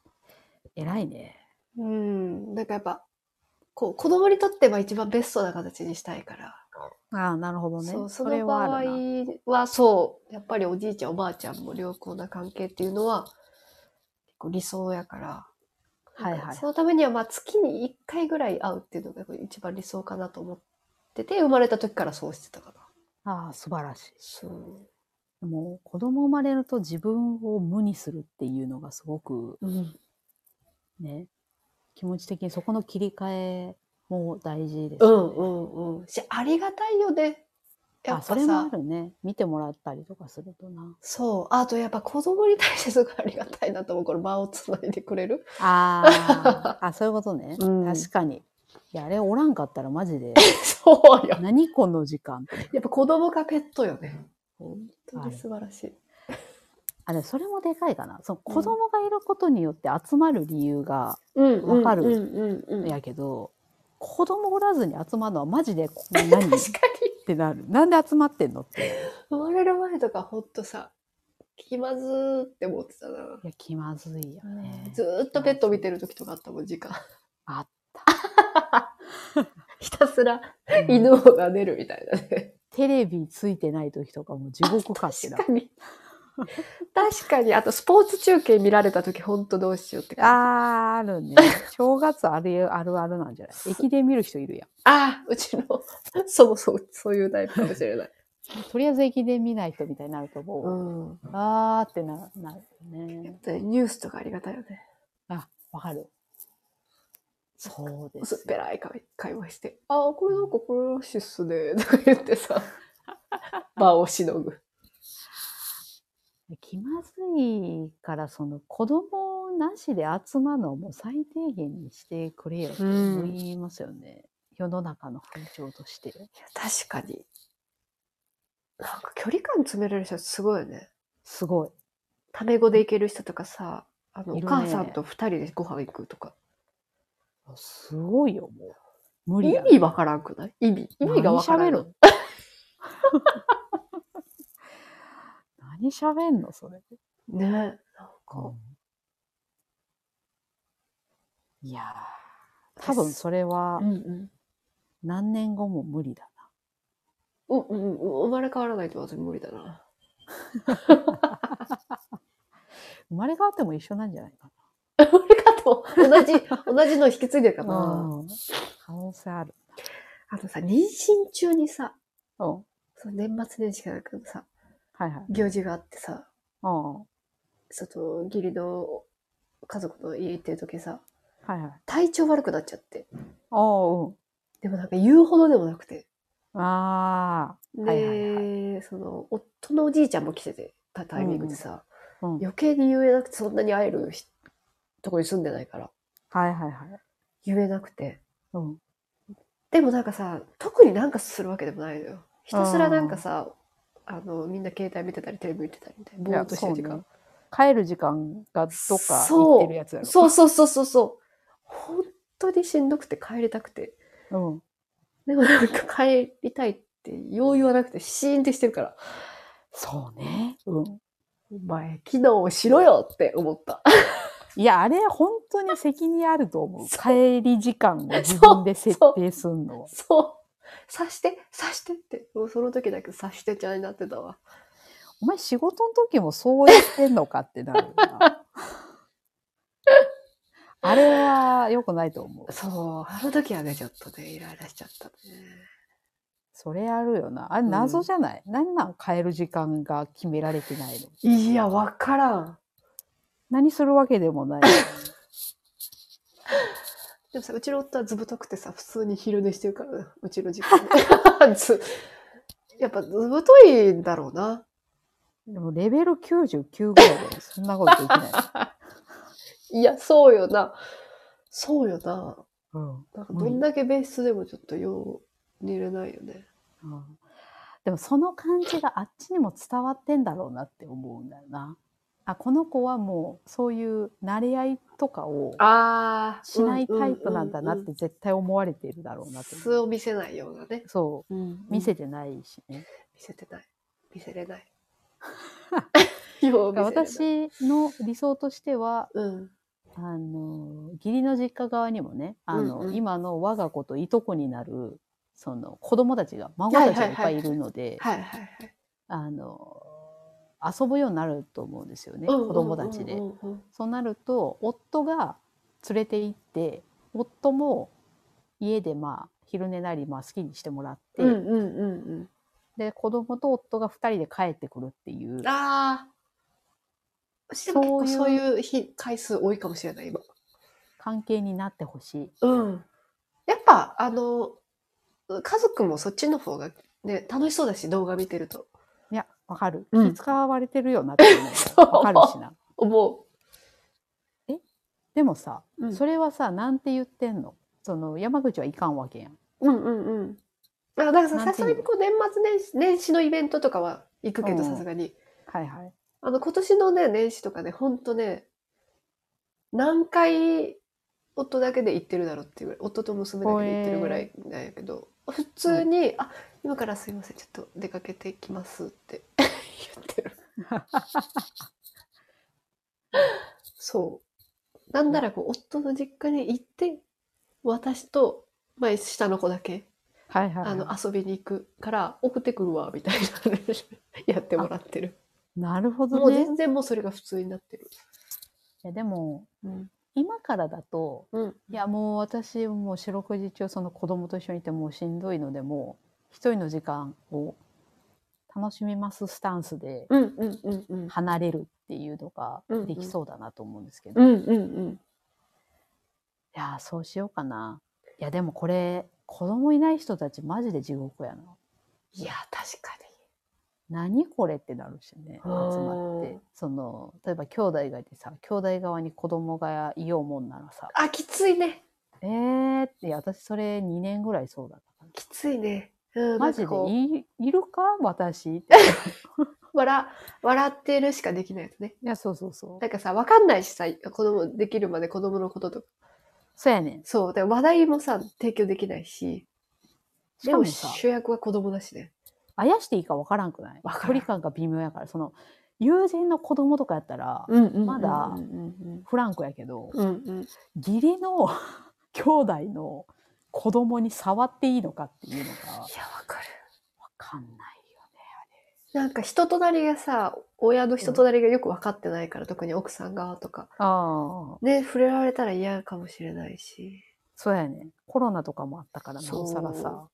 Speaker 2: 偉いね。
Speaker 1: うん。なんかやっぱ、こう、子供にとっては一番ベストな形にしたいから。
Speaker 2: ああ、なるほどね。
Speaker 1: そう、そ
Speaker 2: れ
Speaker 1: の
Speaker 2: は
Speaker 1: 場
Speaker 2: あ
Speaker 1: 合
Speaker 2: るな。
Speaker 1: は、そう、やっぱりおじいちゃん、おばあちゃんも良好な関係っていうのは、結構理想やから、
Speaker 2: はい
Speaker 1: なん
Speaker 2: は
Speaker 1: か
Speaker 2: い
Speaker 1: そ。のためには、まあ、月に1回ぐらい会うっていうのが一番理想かなと思ってて、生まれた時からそうしてたかな。
Speaker 2: ああ、素晴らし
Speaker 1: そう。
Speaker 2: い。もう、子供生まれると自分を無にするっていうのがすごく
Speaker 1: うん、
Speaker 2: ね、気持ち的にそこの切り替えも大事です
Speaker 1: う
Speaker 2: よね。
Speaker 1: ん、うん、うん。し、ありがたいよね。やっ
Speaker 2: あ、
Speaker 1: ぱ
Speaker 2: それもあ
Speaker 1: さ、
Speaker 2: るね。見てもらったりとかするとな。
Speaker 1: そう。あと、やっぱ子供に対してすごいありがたいなと思う。この場をつないでくれる。
Speaker 2: あーあ、 そういうことね。
Speaker 1: うん
Speaker 2: 確かに。いや、あれおらんかったらマジ で、
Speaker 1: そうよ。
Speaker 2: 何この時間って
Speaker 1: やっぱ子供かペットよね。本当に素晴らしい。
Speaker 2: あ、でもそれもでかいかな。そう子供がいることによって集まる理由が、
Speaker 1: うん
Speaker 2: わかる
Speaker 1: うんうんうん、
Speaker 2: やけど、子供おらずに集まるのはマジでこ何っ
Speaker 1: 確かに
Speaker 2: てなる。 なんで集まってんのって。
Speaker 1: 生まれる前とかほんとさ気まずーって思ってたない
Speaker 2: や、気まずいよね。
Speaker 1: ずーっとペット見てる時とかあったもん時間
Speaker 2: あっ
Speaker 1: ひたすら
Speaker 2: た。うん
Speaker 1: 犬が出るみたいなね
Speaker 2: テレビついてない時とかもう地獄かって
Speaker 1: 確
Speaker 2: な
Speaker 1: かに確かにあとスポーツ中継見られた時ほんとどうしようって感じ
Speaker 2: あー、あるね。正月あるあるあるなんじゃない駅で見る人いるや
Speaker 1: ああうちの そもそもそういうタイプかもしれない、
Speaker 2: ん。とりあえず駅で見ない人みたいになるともう、
Speaker 1: ん、
Speaker 2: あーってななるよね。
Speaker 1: ニュースとかありがたいよね
Speaker 2: あ、わかる。そうで
Speaker 1: 薄っ
Speaker 2: す
Speaker 1: ぺ
Speaker 2: よ。
Speaker 1: らい会会話して「ああこれなんかこれらしいっすね」とか言って さ場をしのぐ
Speaker 2: 気まずいから、その子供なしで集まるのはもう最低限にしてくれよって思いますよね。世の中の風潮として。
Speaker 1: いや確かに。なんか距離感詰められる人すごいよね。
Speaker 2: すごい。
Speaker 1: タメ語で行ける人とかさ、あの、
Speaker 2: い
Speaker 1: お
Speaker 2: るね
Speaker 1: 母さんと二人でご飯行くとか。
Speaker 2: すごいよ、もう。無理
Speaker 1: 意
Speaker 2: やろ
Speaker 1: 味わからんくない意味。意味がわからん。
Speaker 2: 何喋る何喋んのそれ。
Speaker 1: ね。なんか、
Speaker 2: いやー多分それは
Speaker 1: うんうん。
Speaker 2: 何年後も無理だ
Speaker 1: うんうんうん、生まれ変わらないと私無理だな。
Speaker 2: な。生まれ変わっても一緒なんじゃないか
Speaker 1: 生まれ変わっても同じ、同じの引き継いでるか
Speaker 2: な。
Speaker 1: な。
Speaker 2: うん可能性ある。
Speaker 1: あとさ、妊娠中にさ、
Speaker 2: うん。は
Speaker 1: その年末年始かなんかのさ、
Speaker 2: いはい。
Speaker 1: 行事があってさ、
Speaker 2: うん。は
Speaker 1: その義理の家族の家行ってる時さ、
Speaker 2: いはい。
Speaker 1: 体調悪くなっちゃって。
Speaker 2: おう
Speaker 1: でもなんか言うほどでもなくて。
Speaker 2: うん。あ
Speaker 1: で、
Speaker 2: はいはい
Speaker 1: その、夫のおじいちゃんも来てて、たタイミングでさ、
Speaker 2: あ。うん。はい
Speaker 1: 余計に言えなくて、そんなに会えるひとこに住んでないから、
Speaker 2: はいはい。
Speaker 1: 言えなくて。
Speaker 2: うん。
Speaker 1: でもなんかさ、特になんかするわけでもないのよ。ひたすらなんかさ、あの、みんな携帯見てたり、テレビ見てたりみたいな、ぼーっとしてる時
Speaker 2: いや
Speaker 1: 間
Speaker 2: そ。うね帰る時間がどっか行
Speaker 1: そう
Speaker 2: ってるやつやろ。
Speaker 1: そうそうそうそうそう。本当にしんどくて帰りたくて。
Speaker 2: うん。
Speaker 1: でもなんか帰りたいってよう言わなくてシーンってしてるから、
Speaker 2: そうね。うん。
Speaker 1: お前、機能をしろよって思った。
Speaker 2: いや、あれ、本当に責任あると思う。
Speaker 1: そ
Speaker 2: 帰り時間を自分で設定すんのは。
Speaker 1: そう。刺して、刺してって。もうその時だけ刺してちゃんになってたわ。
Speaker 2: お前仕事の時もそうやってんのかってなるよ な。あれは良くないと思う。
Speaker 1: そう。あの時はね、ちょっとね、イライラしちゃったね。
Speaker 2: それあるよな。あれ
Speaker 1: うん
Speaker 2: 謎じゃない、何なん変える時間が決められてないの。
Speaker 1: いや、わからん。
Speaker 2: 何するわけで もない。
Speaker 1: でもさ、うちの夫はずぶとくてさ、普通に昼寝してるからな、うちの時間。 ずやっぱずぶといんだろうな。
Speaker 2: でもレベル99ぐらいでそんなことできない。
Speaker 1: いや、そうよな。そうよな。
Speaker 2: うん
Speaker 1: なんかどんだけ別室でもちょっとよう寝れないよね。
Speaker 2: うんでもその感じがあっちにも伝わってんだろうなって思うんだよな。あこの子はもうそういう慣れ合いとかを
Speaker 1: ああ、
Speaker 2: しないタイプなんだなっ
Speaker 1: うんうん
Speaker 2: て絶対思われているだろ
Speaker 1: う
Speaker 2: うん
Speaker 1: う
Speaker 2: なっ
Speaker 1: ん。
Speaker 2: て。
Speaker 1: 素を見せないようなね。
Speaker 2: そ
Speaker 1: うん
Speaker 2: う見せてないしね。
Speaker 1: 見せてない。見せれ ない。 よう見せれない。
Speaker 2: 私の理想としては
Speaker 1: うん。
Speaker 2: あの義理の実家側にもねあの、
Speaker 1: うんうん
Speaker 2: 今の我が子といとこになるその子供たちが孫たちがいっぱいいるので、
Speaker 1: はいはいはい。
Speaker 2: あの遊ぶようになると思うんですよね、
Speaker 1: うんうんうんうん
Speaker 2: 子供たちで。そうなると夫が連れて行って夫も家でまあ昼寝なりまあ好きにしてもらって、
Speaker 1: うんうんうん
Speaker 2: で子供と夫が2人で帰ってくるっていう
Speaker 1: うん。ああ。うちでも結構そういう日回数多いかもしれない、今。
Speaker 2: 関係になってほしい。
Speaker 1: うん。やっぱ、あの、家族もそっちの方がね、楽しそうだし、動画見てると。
Speaker 2: いやわかる、
Speaker 1: うん
Speaker 2: 気使われてるよなって思
Speaker 1: そう
Speaker 2: うわかるしな。
Speaker 1: 思
Speaker 2: でもさ、
Speaker 1: うん
Speaker 2: それはさなんて言ってんのその山口はいかんわけやん。
Speaker 1: う。うんうんうん。あだからさ、
Speaker 2: なんてい
Speaker 1: さす
Speaker 2: うの
Speaker 1: がにこう年末年始、年始のイベントとかは行くけ
Speaker 2: うんう
Speaker 1: ど、
Speaker 2: ん
Speaker 1: さすがに。
Speaker 2: はいはい。
Speaker 1: あの、今年のね、年始とかね、ほんとね、何回夫だけで行ってるだろうっていうぐらい、夫と娘だけで行ってるぐらいなんやけど、普通に、あ、今からすいません、ちょっと出かけてきますって言ってる。そう。なんならこう、夫の実家に行って、私と、前下の子だけ、
Speaker 2: はいはい、
Speaker 1: あの
Speaker 2: は、
Speaker 1: 遊びに行くから、送ってくるわ、みたいな、ね、やってもらってる。
Speaker 2: い。なるほ
Speaker 1: も
Speaker 2: ど
Speaker 1: う
Speaker 2: ね。い
Speaker 1: 全然もうそれが普通になってる。
Speaker 2: やでも
Speaker 1: うん
Speaker 2: 今からだと
Speaker 1: うん。
Speaker 2: いやもう私もう四六時中その子供と一緒にいてもうしんどいのでもう一人の時間を楽しみますスタンスで
Speaker 1: うんうんうんうん。
Speaker 2: 離れるっていうのが
Speaker 1: うんうん
Speaker 2: できそうだなと思うんですけど、
Speaker 1: う
Speaker 2: い
Speaker 1: んうんうん。
Speaker 2: やーそうしようかないやでもこれ子供いない人たちマジで地獄やない
Speaker 1: や、確か
Speaker 2: 何これってなるしね集
Speaker 1: あー
Speaker 2: まってその例えば兄弟がいてさ兄弟側に子供がいようもんならさ
Speaker 1: に。あ、きついね。
Speaker 2: えーっていや私それ2年ぐらいそうだったから
Speaker 1: きついね。うん、
Speaker 2: マジ
Speaker 1: なんか
Speaker 2: で
Speaker 1: こう
Speaker 2: いいるか私って。
Speaker 1: 笑、笑ってるしかできないやつね。
Speaker 2: いや、そうそうそう。
Speaker 1: なんかさ、わかんないしさ、子供、できるまで子供のこととか。
Speaker 2: そうやねん。
Speaker 1: そう。で、話題もさ、提供できないし。
Speaker 2: し
Speaker 1: で
Speaker 2: か
Speaker 1: も
Speaker 2: もさ、
Speaker 1: 主役は子供だしね。
Speaker 2: あやしていいかわからんくない
Speaker 1: わからん
Speaker 2: 距離感が微妙やから、その、友人の子供とかやったら、
Speaker 1: うんうん
Speaker 2: まだ
Speaker 1: うん
Speaker 2: フランクやけど、
Speaker 1: うん。うんうん。
Speaker 2: 義理の 兄弟の子供に触っていいのかっていうのが、わ
Speaker 1: いや、わかる。
Speaker 2: かんないよね。
Speaker 1: なんか人となりがさ、親の人となりがよく分かってないから、特に奥さん側とか。
Speaker 2: ああ、
Speaker 1: ね、触れられたら嫌かもしれないし。
Speaker 2: そうやねん。コロナとかもあったから、なおさら
Speaker 1: そう
Speaker 2: さ。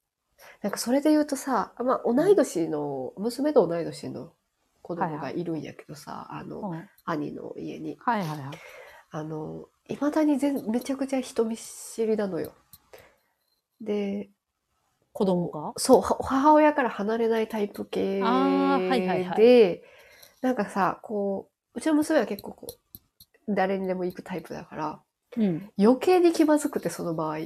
Speaker 1: なんかそれで言うとさ、まあ、同い年の、娘と同い年の子供がいるんやけどさ、あの、
Speaker 2: はい
Speaker 1: 兄の家に。
Speaker 2: はいはい。
Speaker 1: あの、いまだに全めちゃくちゃ人見知りなのよ。で、
Speaker 2: 子供が
Speaker 1: そう、は母親から離れないタイプ系で、
Speaker 2: あーはいはいは
Speaker 1: なんかさ、こう、うちの娘は結構こう、誰にでも行くタイプだから、
Speaker 2: うん。
Speaker 1: 余計に気まずくて、その場合。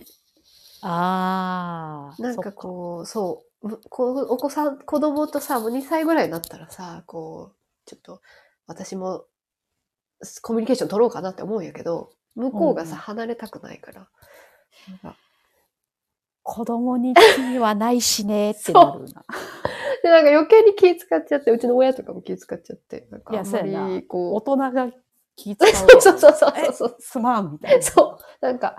Speaker 2: ああ。
Speaker 1: なんかこう、そう、むこうお子さん、子供とさ、もう2歳ぐらいになったらさ、こう、ちょっと、私も、すコミュニケーション取ろうかなって思うんやけど、向こうが
Speaker 2: うん
Speaker 1: さ、
Speaker 2: うん
Speaker 1: 離れたくないから。なんか
Speaker 2: 子供に罪はない しねってなるな。
Speaker 1: で、なんか余計に気使っちゃって、うちの親とかも気使っちゃって、なんかあんま
Speaker 2: いやそうやな
Speaker 1: り、
Speaker 2: 大
Speaker 1: こ
Speaker 2: 人が気
Speaker 1: う、。
Speaker 2: 遣 う
Speaker 1: そうそうそうそうそう。
Speaker 2: えすまんみたいな。
Speaker 1: そう。なんか、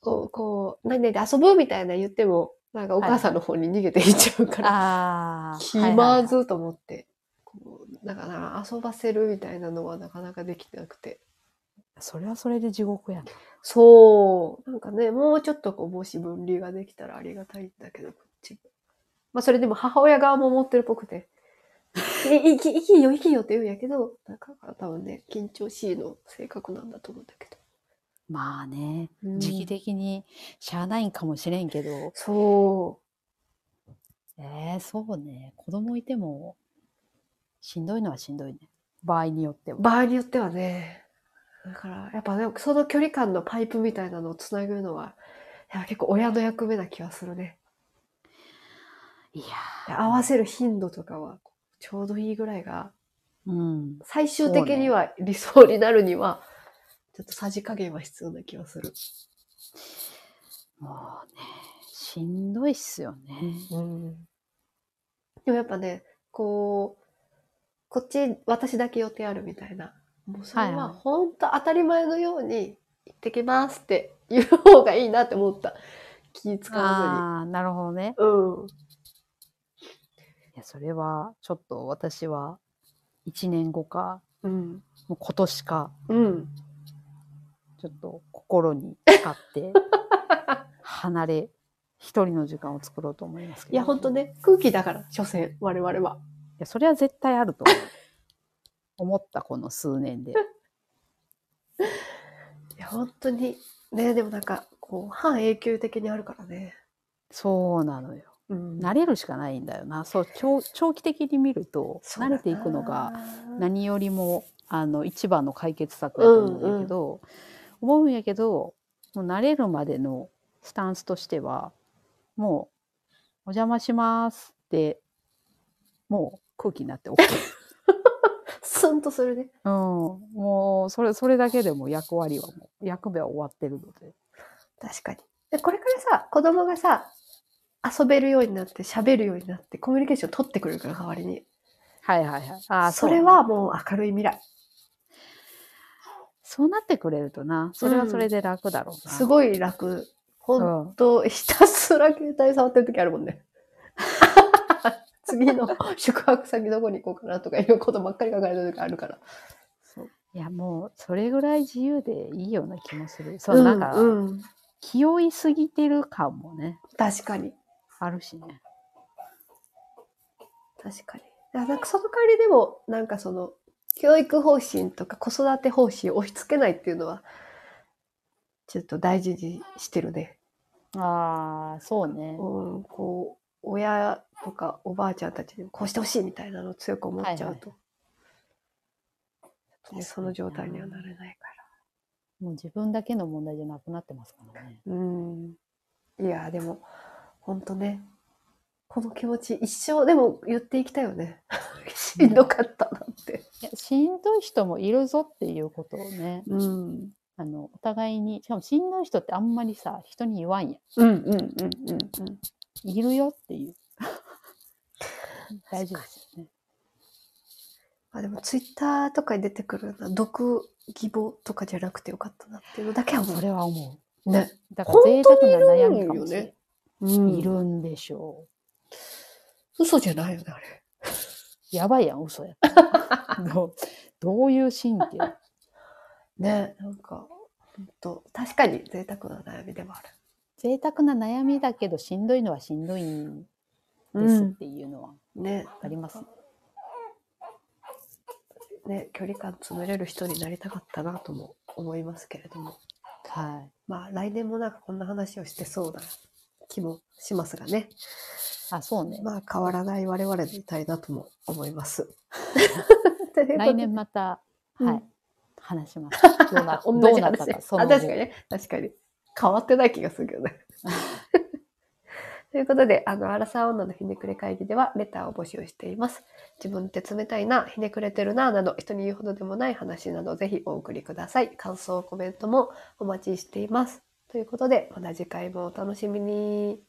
Speaker 1: こう、こう、何々で遊ぶみたいな言っても、なんかお母さんの方に逃げていっちゃうから、
Speaker 2: ああ。
Speaker 1: 気ま
Speaker 2: はいはいはい
Speaker 1: ずと思って、こうだから遊ばせるみたいなのはなかなかできてなくて。
Speaker 2: それはそれで地獄やな。
Speaker 1: そう。なんかね、もうちょっとこう母子分離ができたらありがたいんだけど、こっちも。まあそれでも母親側も思ってるっぽくて、え、いき、いきよ、いきよって言うんやけど、なんか多分ね、緊張しいの性格なんだと思うんだけ
Speaker 2: まあね、
Speaker 1: ど。うん
Speaker 2: 時期。的にしゃあないんかもしれんけど、
Speaker 1: そう。
Speaker 2: えー、そうね、子供いてもしんどいのはしんどいね。場合によっては。
Speaker 1: 場合によってはね。だから、やっぱね、その距離感のパイプみたいなのをつなぐのは、いや結構親の役目な気はするね。
Speaker 2: いやー
Speaker 1: 合わせる頻度とかは、ちょうどいいぐらいが、
Speaker 2: うん。
Speaker 1: 最終的には理想になるには、ちょっとさじ加減は必要な気はする。
Speaker 2: もうね、しんどいっすよね。
Speaker 1: うん。でもやっぱね、こう、こっち私だけ予定あるみたいな。もうそれ
Speaker 2: はい
Speaker 1: は
Speaker 2: はい
Speaker 1: 本当当たり前のように、行ってきますって言う方がいいなって思った。気使わずに。
Speaker 2: ああ、なるほどね。
Speaker 1: うん。
Speaker 2: いや、それはちょっと私は1年後か、
Speaker 1: うん。
Speaker 2: もう今年か、
Speaker 1: うん。
Speaker 2: ちょっと心に誓って、離れ、一人の時間を作ろうと思いますけど。
Speaker 1: いや、ほんと。ね、空気だから、所詮、我々は。
Speaker 2: いや、それは絶対あると思う思った、この数年で。
Speaker 1: いや、本当に。ね、でもなんか、こう、半永久的にあるからね。
Speaker 2: そうなのよ。
Speaker 1: うん
Speaker 2: 慣れるしかないんだよな。そう、長長期的に見ると、慣れていくのが、、何よりもあの一番の解決策だと思うんだけど、思うんやけどもう慣れるまでのスタンスとしてはもう「お邪魔します」ってもう空気になって OK、
Speaker 1: スンとするね。
Speaker 2: うん、もうそれそれだけでも役割はもう役目は終わってるので
Speaker 1: 確かに。で、これからさ、子供がさ、遊べるようになって、喋るようになって、コミュニケーション取ってくれるから、代わりに。
Speaker 2: はいはいはいあー
Speaker 1: そうれはもう明るい未来。
Speaker 2: そうなってくれるとなそれはそれで楽だろうな、
Speaker 1: す
Speaker 2: い、
Speaker 1: ごい楽。ほん
Speaker 2: うん、
Speaker 1: と、ひたすら携帯触ってる時あるもん ね。次の宿泊先どこに行こうかなとかいうことばっかり考える時あるから。そう
Speaker 2: いやもうそれぐらい自由でいいような気もするそうなんか、
Speaker 1: うんうん
Speaker 2: 気負いすぎてる感もね
Speaker 1: 確かに。
Speaker 2: あるしね。
Speaker 1: 確かに。いやなんかその代わりでも、なんかその、教育方針とか子育て方針を押し付けないっていうのは、ちょっと大事にしてるね。
Speaker 2: ああ、そうね。
Speaker 1: うん、こう、親とかおばあちゃんたちにもこうしてほしいみたいなのを強く思っちゃうと、ねその状態にはなれないから。
Speaker 2: もう自分だけの問題じゃなくなってますからね。
Speaker 1: うん。いや、でも、ほんとね。この気持ち一生、でも言っていきたいよね。 しんどかったなって。
Speaker 2: いやしんどい人もいるぞっていうことをね、
Speaker 1: うん。
Speaker 2: あの、お互いに、しかもしんどい人ってあんまりさ、人に言わんや
Speaker 1: うんうんうんうんうん。
Speaker 2: ん。いるよっていう。大事ですよね。
Speaker 1: あでもツイッターとかに出てくるような毒義母とかじゃなくてよかったなっていうのだけは思
Speaker 2: それは思
Speaker 1: う。ね。
Speaker 2: う。だから贅沢な悩みか
Speaker 1: 本当にいるんよ
Speaker 2: もしれ
Speaker 1: ね
Speaker 2: ん。
Speaker 1: うん
Speaker 2: いるんでしょ
Speaker 1: 嘘じゃないよね、あれ。
Speaker 2: う。やばいやん、嘘やった らどうどういう神経
Speaker 1: ね。なんか、ほんと、確かに贅沢な悩みでもある。
Speaker 2: 贅沢な悩みだけどしんどいのはしんどいんですっていうのは
Speaker 1: ね
Speaker 2: ありますね。
Speaker 1: ね距離感詰めれる人になりたかったなとも思いますけれども
Speaker 2: はい。
Speaker 1: まあ来年もなんかこんな話をしてそうな気もしますがね
Speaker 2: あ、そうね。
Speaker 1: まあ変わらない我々でいたいなとも思います。 ということで
Speaker 2: 来年また、
Speaker 1: うん
Speaker 2: はい、話します。 どうな
Speaker 1: 同
Speaker 2: どう
Speaker 1: じ
Speaker 2: なっ
Speaker 1: 話
Speaker 2: た
Speaker 1: ね
Speaker 2: か、その
Speaker 1: あ
Speaker 2: 後
Speaker 1: 確かにね確かに変わってない気がする けどね。ということで、あの、アラサー女のひねくれ会議では、レターを募集しています。自分って冷たいな、ひねくれてるな、など、人に言うほどでもない話など、ぜひお送りください。感想、コメントもお待ちしています。ということで、また次回もお楽しみに。